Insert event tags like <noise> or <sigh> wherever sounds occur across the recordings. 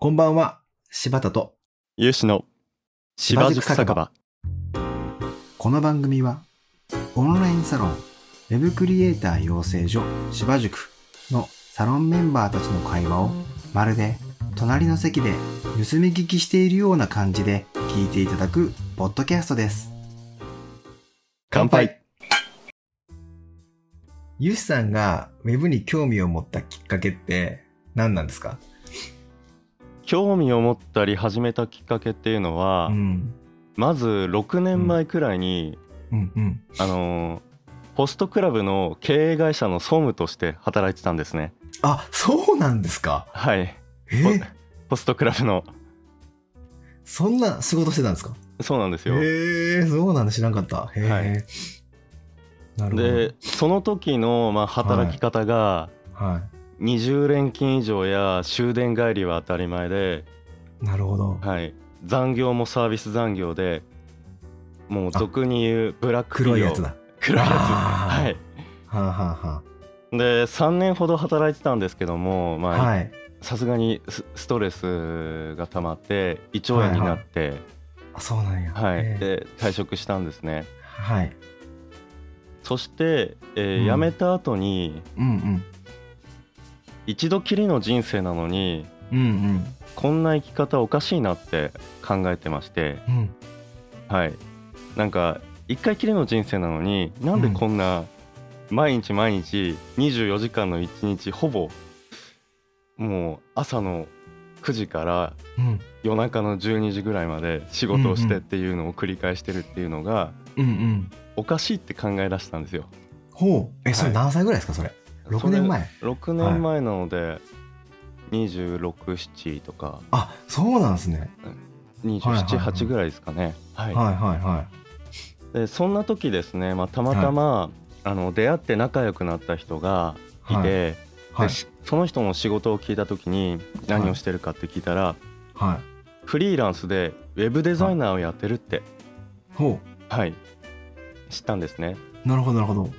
こんばんは、柴田と。有志の芝塾酒場この番組は、オンラインサロン、ウェブクリエイター養成所芝塾のサロンメンバーたちの会話を、まるで隣の席で盗み聞きしているような感じで聞いていただく、ポッドキャストです。乾杯ゆしさんがウェブに興味を持ったきっかけって何なんですか興味を持ったり始めたきっかけっていうのは、うん。まず6年前くらいに、うんうん。あのーホストクラブの経営会社の総務として働いてたんですねあ、そうなんですかはいえほホストクラブのそんな仕事してたんですかそうなんですよ、へえそうなんだ知らんかったへえ、はいなるほどでその時の、まあ、働き方が、は20連勤以上や終電帰りは当たり前で、いなるほどはい、残業もサービス残業でもうあ俗に言うブラック黒い企業やつだ黒いやつあーはいはあ、はあはで3年ほど働いてたんですけどもあ、まあはいさすがにスストレスが溜まって胃腸炎になって、あそうなんやはいへえで退職したんですねはいそして、えーうん辞めた後にうんうん一度きりの人生なのにうんうんこんな生き方おかしいなって考えてましてうんはいなんか一回きりの人生なのになんでこんな毎日毎日24時間の一日ほぼもう朝の9時からうん夜中の12時ぐらいまで仕事をしてっていうのを繰り返してるっていうのがうんうんおかしいって考え出したんですよ。ほうえそれ何歳ぐらいですかそれ6年前それ ?6 年前なので267とかあそうなんですねはいはいはい278ぐらいですかね。はいはいはいはでそんな時ですね、まあ、たまたま、あの出会って仲良くなった人がいて、はいでいはいしその人の仕事を聞いた時に何をしてるかって聞いたら、はフリーランスでウェブデザイナーをやってるって、いほはい、知ったんですね。うなるほどなるほど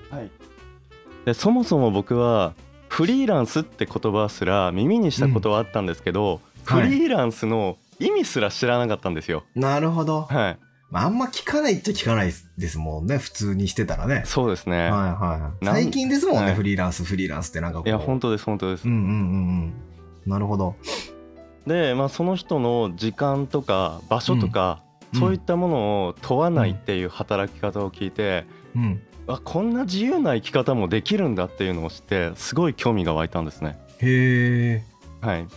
でそもそも僕はフリーランスって言葉すら耳にしたことはあったんですけど、はいフリーランスの意味すら知らなかったんですよ。なるほど、はい、まあ、あんま聞かないっちゃ聞かないですですもんね普通にしてたらねそうですね。はいはいはい。なん最近ですもんね、はいフリーランス、フリーランスってなんかこう。い、や本当です本当です。うんうんうんうん。なるほど。で、まあ、その人の時間とか場所とか、うんそういったものを問わないっていう働き方を聞いて、うん。あこんな自由な生き方もできるんだっていうのを知ってすごい興味が湧いたんですね。へえ。はい、う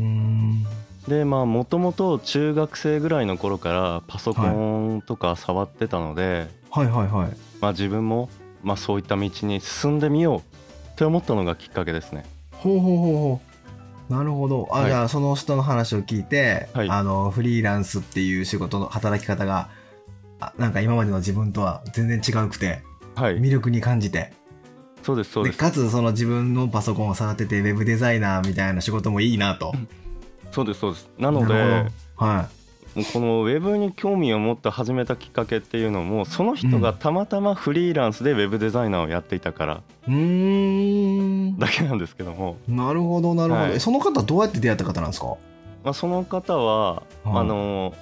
ーん。でまあもともと中学生ぐらいの頃からパソコンとか触ってたので、はいはいはい。まあ、自分も、まあ、そういった道に進んでみようって思ったのがきっかけですね。ほうほうほうほう。なるほど。あ、はいじゃあその人の話を聞いて、はいあの、フリーランスっていう仕事の働き方が、あなんか今までの自分とは全然違うくて、はい、魅力に感じて。そうですそうで、ですかつその自分のパソコンを触ってて、ウェブデザイナーみたいな仕事もいいなと。そうですそうですなのなるでほどはもうこのウェブに興味を持って始めたきっかけっていうのもその人がたまたまフリーランスでウェブデザイナーをやっていたからい。うーん。だけなんですけども、なるほどなるほど、はいえその方どうやって出会った方なんですかまあ、その方は、はいあの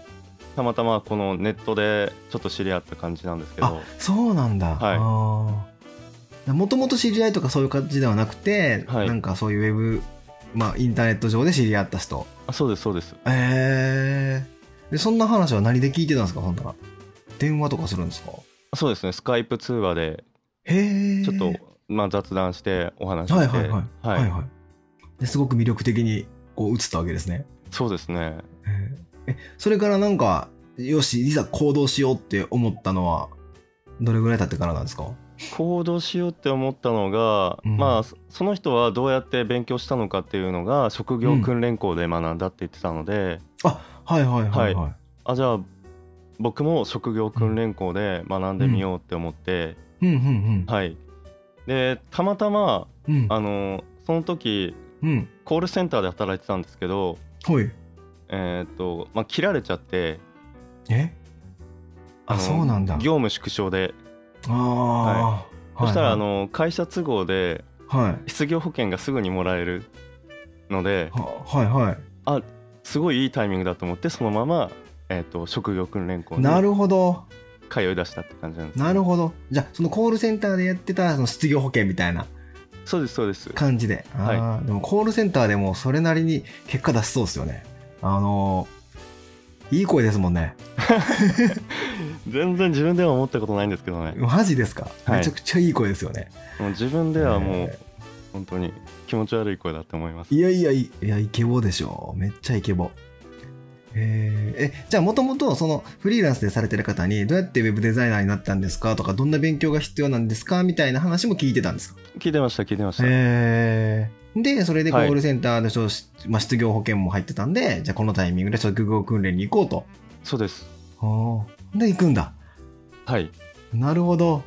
たまたまこのネットでちょっと知り合った感じなんですけどあそうなんだ、はいい、もともと知り合いとかそういう感じではなくて、はいなんかそういうウェブ、まあ、インターネット上で知り合った人あそうですそうですええでそんな話は何で聞いてたんですかほんなら電話とかするんですかそうですねスカイプ通話でへえちょっと、まあ、雑談してお話しはいしはいてはいはいはい、ですごく魅力的にこう映ったわけですねそうですねへーえそれからなんかよしいざ行動しようって思ったのはどれぐらい経ってからなんですか行動しようって思ったのが、うんまあそその人はどうやって勉強したのかっていうのが職業訓練校で学んだって言ってたので、あはいはいはいはい、あじゃあ僕も職業訓練校で学んでみようって思って、うんうんはいでたまたまうんうんあのその時うんコールセンターで働いてたんですけどほいえーっとまあ切られちゃってえあのそうなんだ業務縮小で、ああー、そしたらあの会社都合ではい失業保険がすぐにもらえるのでははいはいあすごいいいタイミングだと思ってそのまま、えー、と職業訓練校になるほど通い出したって感じなんです、なるほほどじゃあそのコールセンターでやってたその失業保険みたいなどそうですそうです感じで、はいあーでもコールセンターでもそれなりに結果出しそうですよねあのーいい声ですもんね全然自分では思ったことないんですけどねマジですか、はいめちゃくちゃいい声ですよねもう自分ではもえう本当に気持ち悪い声だと思いますいやいやいいやイケボでしょめっちゃイケボえーえじゃあもともとそのフリーランスでされてる方にどうやってウェブデザイナーになったんですかとかどんな勉強が必要なんですかみたいな話も聞いてたんですか聞いてました聞いてました、へえでそれでコはいールセンターの人、まあ、失業保険も入ってたんでじゃあこのタイミングで職業訓練に行こうとそうですああで行くんだはいなるほど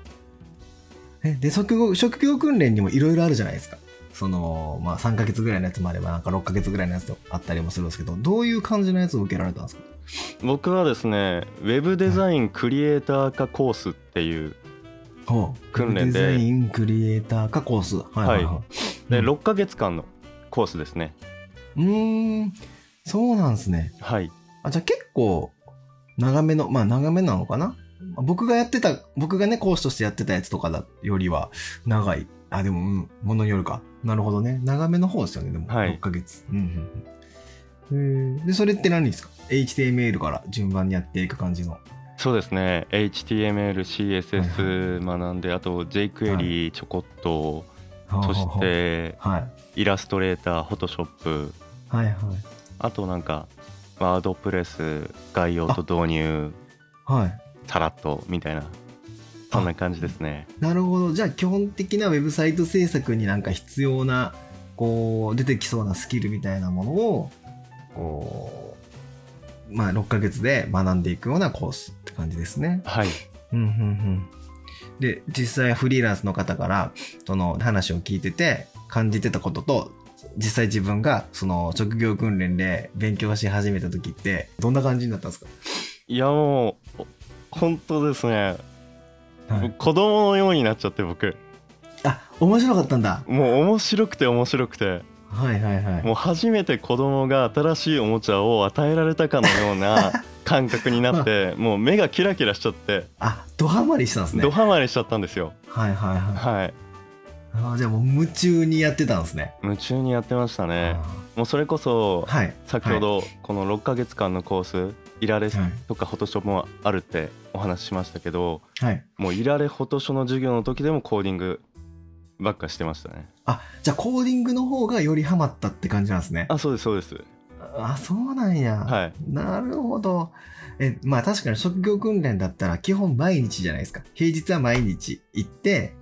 えで職業職業訓練にもいろいろあるじゃないですかそのまあ3ヶ月ぐらいのやつもあればなんか6ヶ月ぐらいのやつとあったりもするんですけどどういう感じのやつを受けられたんですか僕はですねウェブデザインクリエイター化コースっていうほう訓練でデザインクリエイターかコースはいはい、はいはでうん6ヶ月間のコースですねうーんそうなんですねはいあじゃあ結構長めのまあ長めなのかな僕がやってた僕がね講師としてやってたやつとかだよりは長いあでもうんものによるかなるほどね長めの方ですよねでも、はい6ヶ月うんうんうんへーでそれって何ですか HTML から順番にやっていく感じのそうですね HTML、は CSS 学んであと JQuery ちょこっと、そし、てはい、イラストレーター、フォトショップはいはいあとなんかワードプレス概要と導入はいさらっとみたいなそんな感じですねなるほどじゃあ基本的なウェブサイト制作になんか必要なこう出てきそうなスキルみたいなものをこうまあ6ヶ月で学んでいくようなコースって感じですね。はいうんうんうん、で実際フリーランスの方からその話を聞いてて感じてたことと実際自分がその職業訓練で勉強し始めた時ってどんな感じになったんですか、いやもう本当ですね、はい、子供のようになっちゃって僕あ面白かったんだ。もう面白くて面白くてはいはいはい。もう初めて子供が新しいおもちゃを与えられたかのよ <laughs> うな感覚になってもう目がキラキラしちゃってあドハマりしたんですね。ドハマりしちゃったんですよはいはいはい。はいあーじゃあもう夢中にやってたんですね。夢中にやってましたねあもうそれこーそはい。先ほどこの6ヶ月間のコースイラレスはい。とかフォトショップもあるってお話ししましたけどはい。もうイラレフォトショの授業の時でもコーディングばっかしてましたねあ、じゃあコーディングの方がよりハマったって感じなんですね。あそうですそうですあ、そうなんや。はいなるほど。え、まあ確かに職業訓練だったら基本毎日じゃないですか。平日は毎日行って、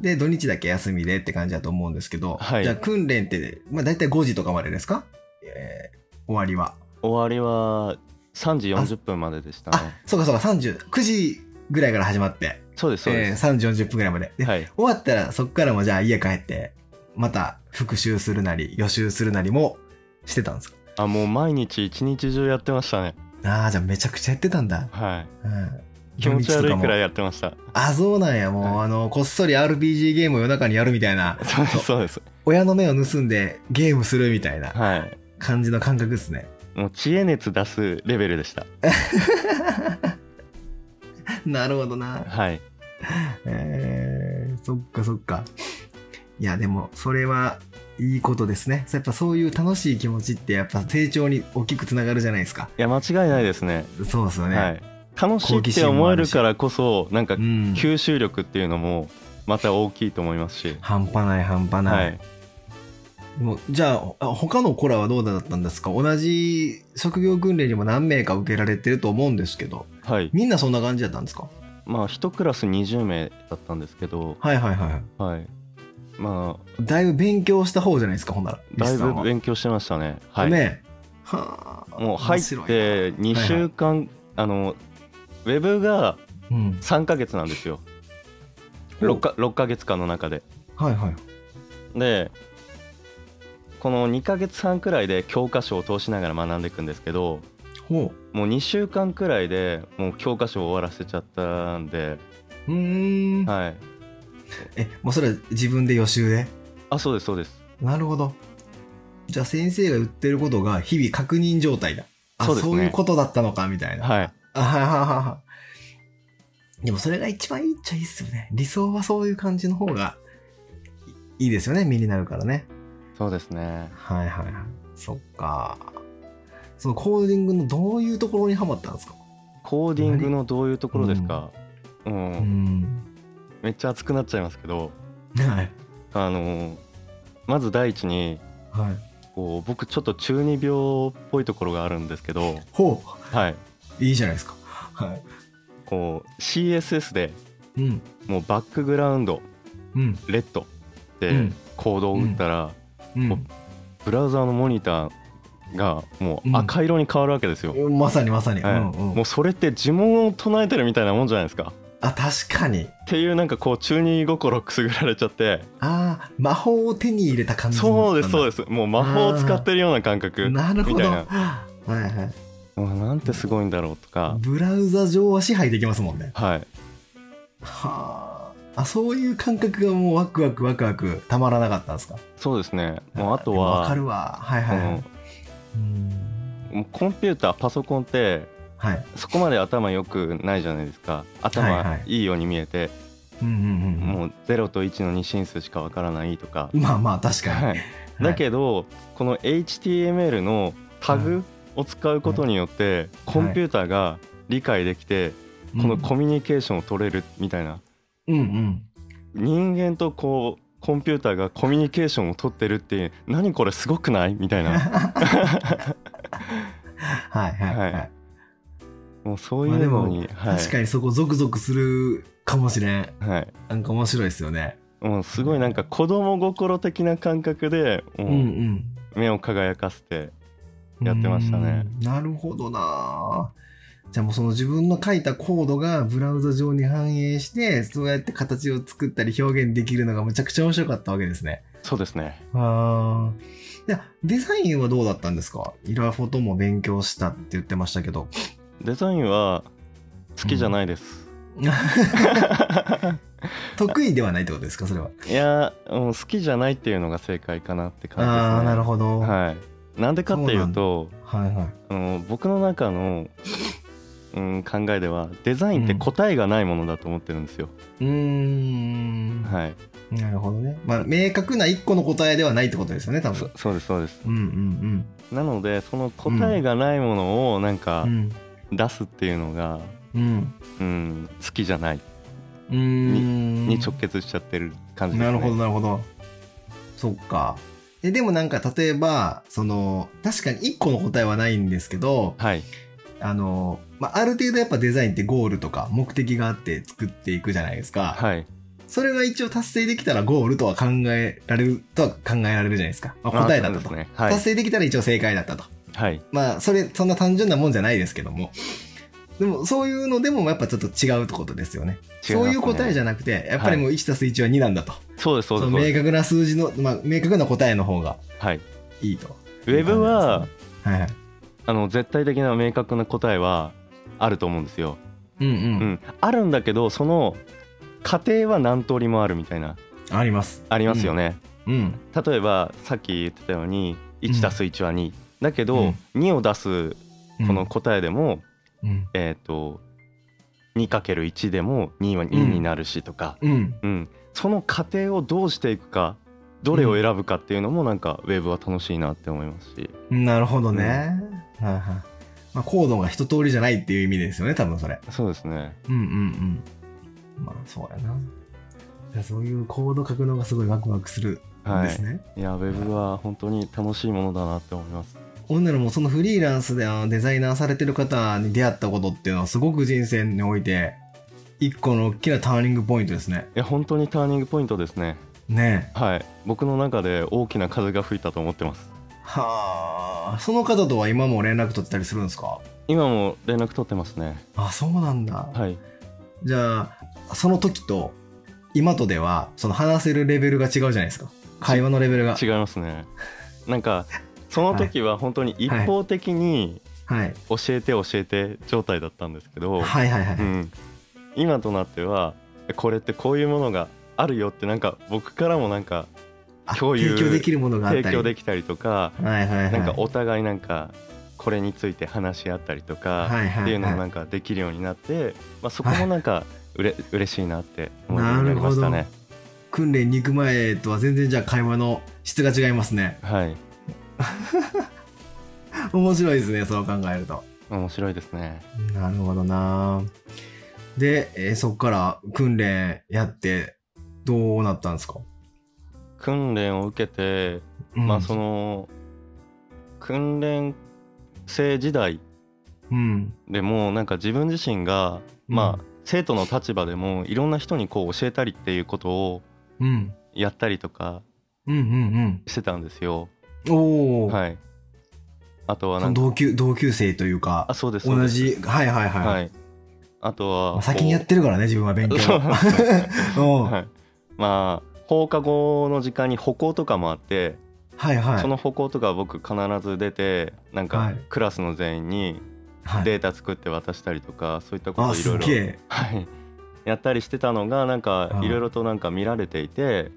で、土日だけ休みでって感じだと思うんですけど、はいじゃあ訓練って、まあ大体5時とかまでですかえー終わりは。終わりは3時40分まででしたあね、そうかそうか、30、9時ぐらいから始まって、そうですそうえでーす、 3時40分ぐらいまで。ではい終わったらそっからもじゃあ家帰ってまた復習するなり予習するなりもしてたんですかあもう毎日一日中やってましたねああじゃあめちゃくちゃやってたんだ、はうんい気持ち悪いくらいいやってましたあそうなんやもう、はあのこっそり RPG ゲームを夜中にやるみたいなそうですそうです親の目を盗んでゲームするみたいなはい感じの感覚ですねもう知恵熱出すレベルでしたなるほどなはいえーそっかそっか。いや、でも、それはいいことですね。やっぱそういう楽しい気持ちって、やっぱ成長に大きくつながるじゃないですか。いや間違いないですねそうですよね。はい楽しい好奇って心も思あえるるしからこそなんかうん。吸収力っていうのもまた大きいと思いますし、半端ない半端はない。い、もうじゃあ、あ他のコラはどうだったんですか同じ職業訓練にも何名か受けられてると思うんですけど、はい、みんなそんな感じだったんですかまあ一クラス20名だったんですけど、はいはいはい。はい、まあだいぶ勉強した方じゃないですか、ほんなら。だい西さんぶは勉強してましたね。はい、ねはあもう入っ面白いて2週間、あのウェブがなうん。 3ヶ月なんですよ6か6ヶ月間の中ではいはい。でこの2ヶ月半くらいで教科書を通しながら学んでいくんですけどほもう2週間くらいでもう教科書を終わらせちゃったんで、う。うーん。はい、えもうそれは自分で予習であそうですそうですなるほどじゃあ先生が言ってることが日々確認状態だ。あ、そそうう,、ですねいうことだったのか、みたいな。はいあはははは。でもそれが一番いいっちゃいいっすよね。理想はそういう感じの方がいいいですよね。身になるからね。そうですねはいはいはい。そっか。そのコーディングのどういうところにハマったんですかコーディングのどういうところですかうん、ん。めっちゃ熱くなっちゃいますけどはい。あのーまず第一にはい。こう僕ちょっと中二病っぽいところがあるんですけどほはい、う。いいじゃないですか。はい。こう CSS でうん。もうバックグラウンドうん。レッドうでんコードを打ったら、うん。ブラウザーのモニターがもう赤色に変わるわけですよ、まさにまさに。はいうんうんもうそれって呪文を唱えてるみたいなもんじゃないですかあ、確かに。っていうなんかこう中二心くすぐられちゃってああ、魔法を手に入れた感じそうですそうでですもう魔法を使ってるような感覚みなるほど。たいはいなはい。うわなんてすごいんだろうとか、ブラウザ上は支配できますもんね。はいはあ。あ、そういう感覚がもうワクワクワクワクたまらなかったんですかそうですねもうあとわはかるわ。はいはいはい。うんうんもうコンピューターパソコンってはい。そこまで頭良くないじゃないですかはいは頭いいいように見えて、うんうんうんもう0と1の2進数しかわからないと <laughs> か、まあまあ確かに。はい、 <laughs> だけど、この HTML のタグを使うことによって、コンピューターが理解できて、はいこのコミュニケーションを取れるみたいな、うんうん人間とこうコンピューターがコミュニケーションを取ってるって何これすごくないみた <laughs> いなはいはいはい。はいもうそういまあでうものに、はい確かにそこゾクゾクするかもしれん。はい、なんか面白いですよね。もうすごいなんか子供心的な感覚でもううんうん。目を輝かせてやってましたねうん。なるほどな。じゃあもうその自分の書いたコードがブラウザ上に反映して、そうやって形を作ったり表現できるのがむちゃくちゃ面白かったわけですね。そうですねああ。いや、デザインはどうだったんですかイラフォトも勉強したって言ってました <laughs> けど。デザインは好きじゃないです、得意ではないってことですか <laughs> それは。いやもう好きじゃないっていうのが正解かなって感じですねああ、なるほど。はいはい、なんでかっていうとはいはい。あの僕の中の、うん、考えではデザインって答えがないものだと思ってるんですよ、うーん、はいなるほどね。まあ、明確な一個の答えではないってことですよね、多そ分。そうですそうですうんうんなのでその答えがないものをなんうかん。出すっていうのが、うん。うん、好きじゃないうん。うん。に直結しちゃってる感じですなねるほど、なるほど。そっか。え、でもなんか、例えば、その、確かに一個の答えはないんですけど、はいあの、まあ、ある程度やっぱデザインってゴールとか目的があって作っていくじゃないですか。はいそれが一応達成できたらゴールとは考えられる、とは考えられるじゃないですか。まあ、答えだったあと。そうですねはい達成できたら一応正解だったと。はいまあ、それ、そんな単純なもんじゃないですけども。でも、そういうのでもやっぱちょっと違うってことですよね。そういう答えじゃゃなくて、やっぱりもう1たす1は2なんだと。そうですそうでそのすそう明で確な数字の、まあ、明確な答えの方がすはいいいと。ウェブは、はいはい。あの絶対的な明確な答えはあると思うんですよ、うんううんん。あるんだけどその過程は何通りもあるみたいなあります。ありますよね、うん。例えばさっき言ってたようにう1んたす1は2、だけど、うん2を出すこの、答えでも、うん。えっ、と 2×1 でも2は2うんになるしとか、うん。うんその過程をどうしていくかどれを選ぶかっていうのもなんかウェブは楽しいなって思いますしなるほどね。はいはい。まあ、コードが一通りじゃないっていう意味ですよね、多分それ。そうですねうんうんうん。まあ、そうやな。じゃあそういうコード書くのがすごいワクワクするんはですいね。いやウェブは本当に楽しいものだなって思いますほんならもうそのフリーランスであのデザイナーされてる方に出会ったことっていうのはすごく人生において一個の大きなターニングポイントですね。いや本当にターニングポイントですねねはい僕の中で大きな風が吹いたと思ってますえ。はあ。その方とは今も連絡取ってたりするんですか今も連絡取ってますねあ、そうなんだ。はいじゃあ、その時と今とではその話せるレベルが違うじゃないですか。会話のレベルが。違いますねなんかその時は本当に一方的にはい。教えて教えて状態だったんですけど、はいはいはうい。ん、今となってはこれってこういうものがあるよってなんか僕からもなんかあ共有提供できるものがあったり提供できたりとか、はいはいはいなんかお互いなんかこれについて話し合ったりとかはいはいっていうのもなはんかできるようになって、まあ、そこもなんかうれ嬉しいなって思うようにななるりほまどしたね。訓練に行く前とは全然じゃあ会話の質が違いますねはい面白いですねそう考えると面白いですね。なるほどなで、えーそこから訓練やってどうなったんですか、訓練を受けて、うんまあその訓練生時代うんでもなんか自分自身が、まあ生徒の立場でもいろんな人にこう教えたりっていうことをうんやったりとかうんうんしてたんですよ。うんおお、はい、あとはそのなんか同級同級生というかあそうですそう同ですじはいはいはい、はい、あとまはこあう先にやってるからね自分は勉強そう <laughs> <laughs> なんですうよんはい、まあ放課後の時間に歩行とかもあって、はいはいその歩行とかは僕必ず出てなんはかいクラスの全員にはいデータ作って渡したりとか、そういったことあをいすろっいげろ、えはい、やったりしてたのがなんうかんいろいろとなんか見られていて、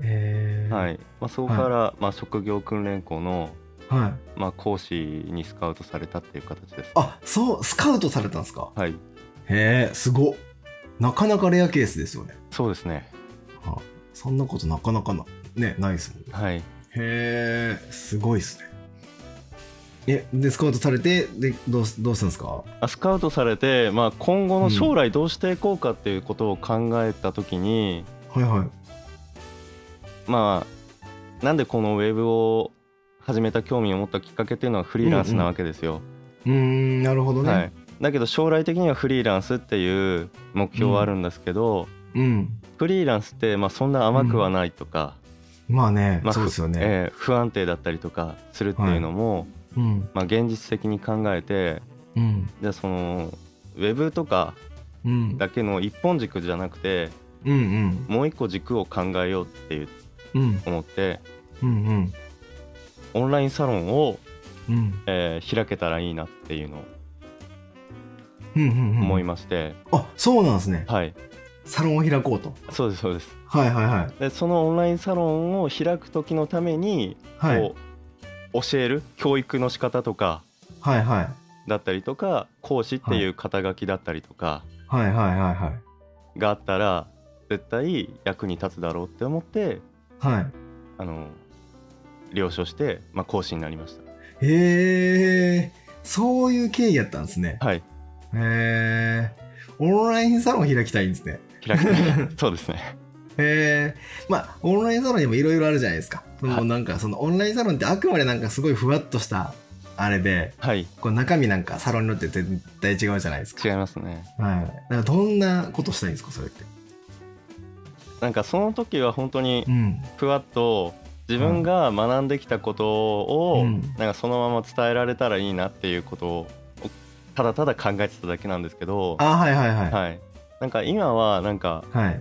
えー、はいいまあ、そこから、まあ、職業訓練校の、はいまあ、講師にスカウトされたっていう形です。あそうスカウトされたんですかはい、へえすごっなかなかレアケースですよねそうですね、あそんなことなかなかなねないですもんねはい、へえすごいっすねえでスカウトされてでどうすどうしたんですかあスカウトされて、まあ、今後の将来どうしていこうかっていうことを考えた時に、はいはいまあなんでこのウェブを始めた興味を持ったきっかけっていうのはフリーランスなわけですよ。うーんなるほどね、はい、だけど将来的にはフリーランスっていう目標はあるんですけど、うんフリーランスってまあそんな甘くはないとか、まあね、まあそうですよね、えー不安定だったりとかするっていうのも、うんまあ、現実的に考えてうんじゃあそのウェブとかうんだけの一本軸じゃなくてうんうんもう一個軸を考えようっていううん思ってうんうんオンラインサロンを、うんえー開けたらいいなっていうのをうんうん思いままして、すあそうなんですねはいサロンを開こうとそうですそうですはいはいはいでそのオンラインサロンを開く時のために、はいこう教える教育の仕方とかはいはいだったりとか講師っていう肩書きだったりとかはいはいはいはいがあったら絶対役に立つだろうって思ってはい。あの了承して、まあ、講師になりましへえ、そういう経緯やったんですね。たはいへえ、オンラインサロン開きたいんですね。開け <laughs> てそうですねへえ、まあ、オンラインサロンにもいろいろあるじゃないですか。そのはいなんか、そのオンラインサロンってあくまでなんかすごいふわっとした、あれで、はいこう中身なんかサロンによって絶対違うじゃないですか。違いますねはい。だからどんなことしたいんですか、それって。なんかその時は本当にうん。ふわっと自分が学んできたことを、うんなんかそのまま伝えられたらいいなっていうことをただただ考えてただけなんですけど、あ、はいはいはい。はい、なんか今はなんかはい。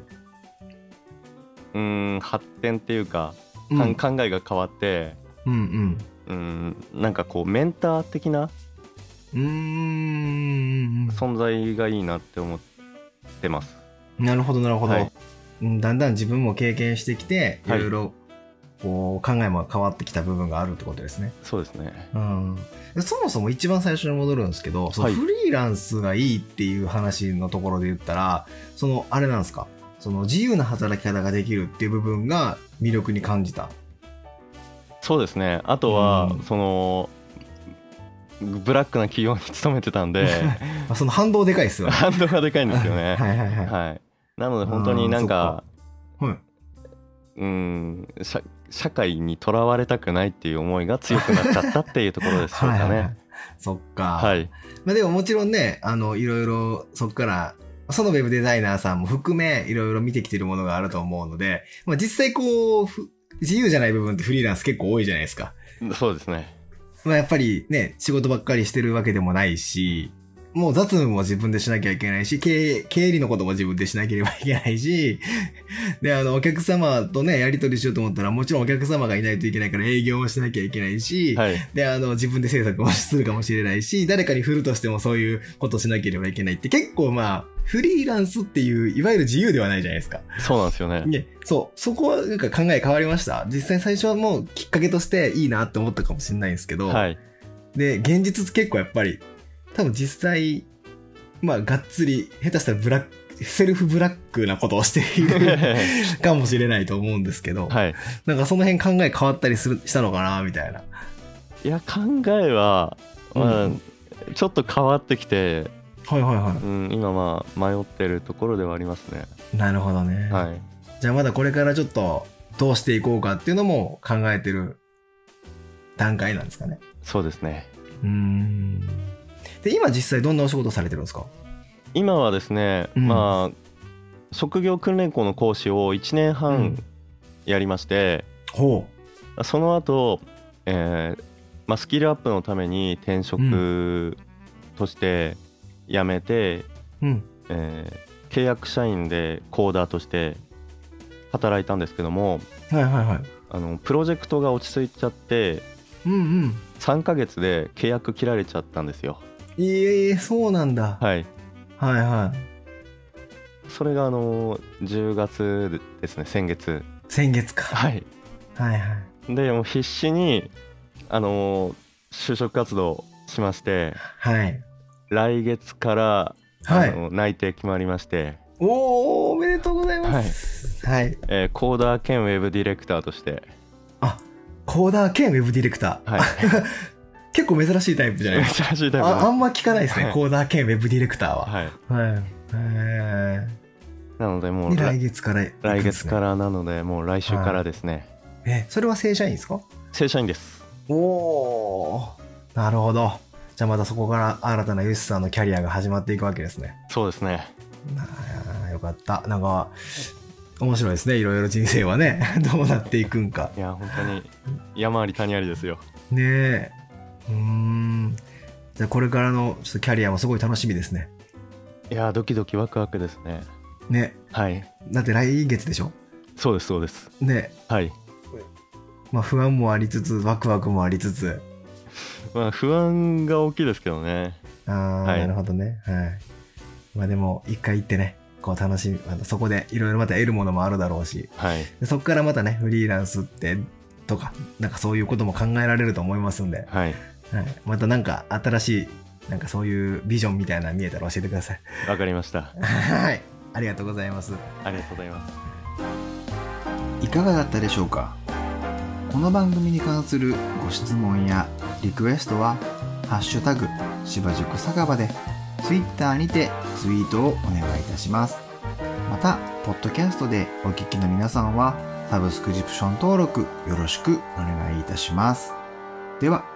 うーん発展っていうか、うん、うんかん考えが変わってうん。うーんなんかこうメンター的なうーん。存在がいいなって思ってます。なるほどなるほど、はいうんだんだん自分も経験してきていはいろいろこう考えも変わってきた部分があるってことですね、そうですねうん、そもそも一番最初に戻るんですけど、そのはいフリーランスがいいっていう話のところで言ったらそのあれなんですかその自由な働き方ができるっていう部分が魅力に感じたそうですねあとは、うんそのブラックな企業に勤めてた <laughs> んであその反動でかいっすよね反動が <laughs> でかいんですよ <laughs> ね。はいはいはい、はい、なので本当になんかうんそっかはいうーん社社会にとらわれたくないっていう思いが強くなっちゃったっていうところでしょうはかいはいはねい。そっか、はい、まあ、でももちろんねあのいろいろそこからそのウェブデザイナーさんも含めいろいろ見てきてるものがあると思うので、まあ、実際こうふ自由じゃない部分ってフリーランス結構多いじゃないですか、そうですね。まあ、やっぱりね仕事ばっかりしてるわけでもないしもう雑務も自分でしなきゃいけないし、経営経理のことも自分でしなければいけないし、で、あの、お客様とね、やり取りしようと思ったら、もちろんお客様がいないといけないから営業もしなきゃいけないし、はいで、あの、自分で制作をするかもしれないし、誰かに振るとしてもそういうことしなければいけないって、結構まあ、フリーランスっていう、いわゆる自由ではないじゃないですか。そうなんですよねね、そう、そこはなんか考え変わりました。実際最初はもうきっかけとしていいなって思ったかもしれないんですけど、はい <laughs> で、現実結構やっぱり、多分実際、まあ、がっつり、下手したらブラック、セルフブラックなことをしているかもしれないと思うんですけど、はいなんかその辺考え変わったりするしたのかな、みたいな。いや考えは、まあうんちょっと変わってきて、はいはいはうん、今まあ迷ってるところではありますね。い。なるほどね。はい、じゃあまだこれからちょっと、どうしていこうかっていうのも考えてる段階なんですかね。そうですね。うーん。で、今実際どんなお仕事されてるんですか今はですね、うんまあ職業訓練校の講師を1年半やりまして、ほその後、えーまあスキルアップのために転職として辞めて、う。うん。えー契約社員でコーダーとして働いたんですけどもはいはいはい。あのプロジェクトが落ち着いちゃってうんうん。 3ヶ月で契約切られちゃったんですよ。いえいえ、そうなんだ。はい、はいはい。それがあの10月ですね先月先月か。はいはいはい。でもう必死にあのー就職活動しましてはい。来月から、はあい。の内定決まりまして、おー、おめでとうございます。はい。えーコーダー兼ウェブディレクターとしてあ、コーダー兼ウェブディレクター。はい結構珍しいタイプじゃない珍ですしか。い <laughs> タイプああのんま聞かないですね、はいコーダー兼ウェブディレクターは。はいはい。えなのでもー、うで来来月から、。来月かららなのでもう来週からですね、え、それは正社員ですか正社員ですおー、なるほど。じゃあまたそこから新たなユスさんのキャリアが始まっていくわけですね。そうですねなあよかったなんか面白いですねいろいろ人生はね <laughs> どうなっていくんかいや本当に山あり谷ありですよねえうーんじゃあこれからのちょっとキャリアもすごい楽しみですねいやドキドキワクワクですねねはいだって来月でしょそうですそうですねはいまあ不安もありつつワクワクもありつつまあ不安が大きいですけどねあー、はいなるほどねはいまあでも一回行ってねこう楽しみあのそこでいろいろまた得るものもあるだろうしはいでそこからまたねフリーランスってとかなんかそういうことも考えられると思いますんではいはい、またなんか新しいなんかそういうビジョンみたいなの見えたら教えてください。わかりましたはい、ありがとうございます。ありがとうございますいかがだったでしょうかこの番組に関するご質問やリクエストは「ハッシュタグ芝塾酒場」で Twitter にてツイートをお願いいたしますまたポッドキャストでお聞きの皆さんはサブスクリプション登録よろしくお願いいたしますでは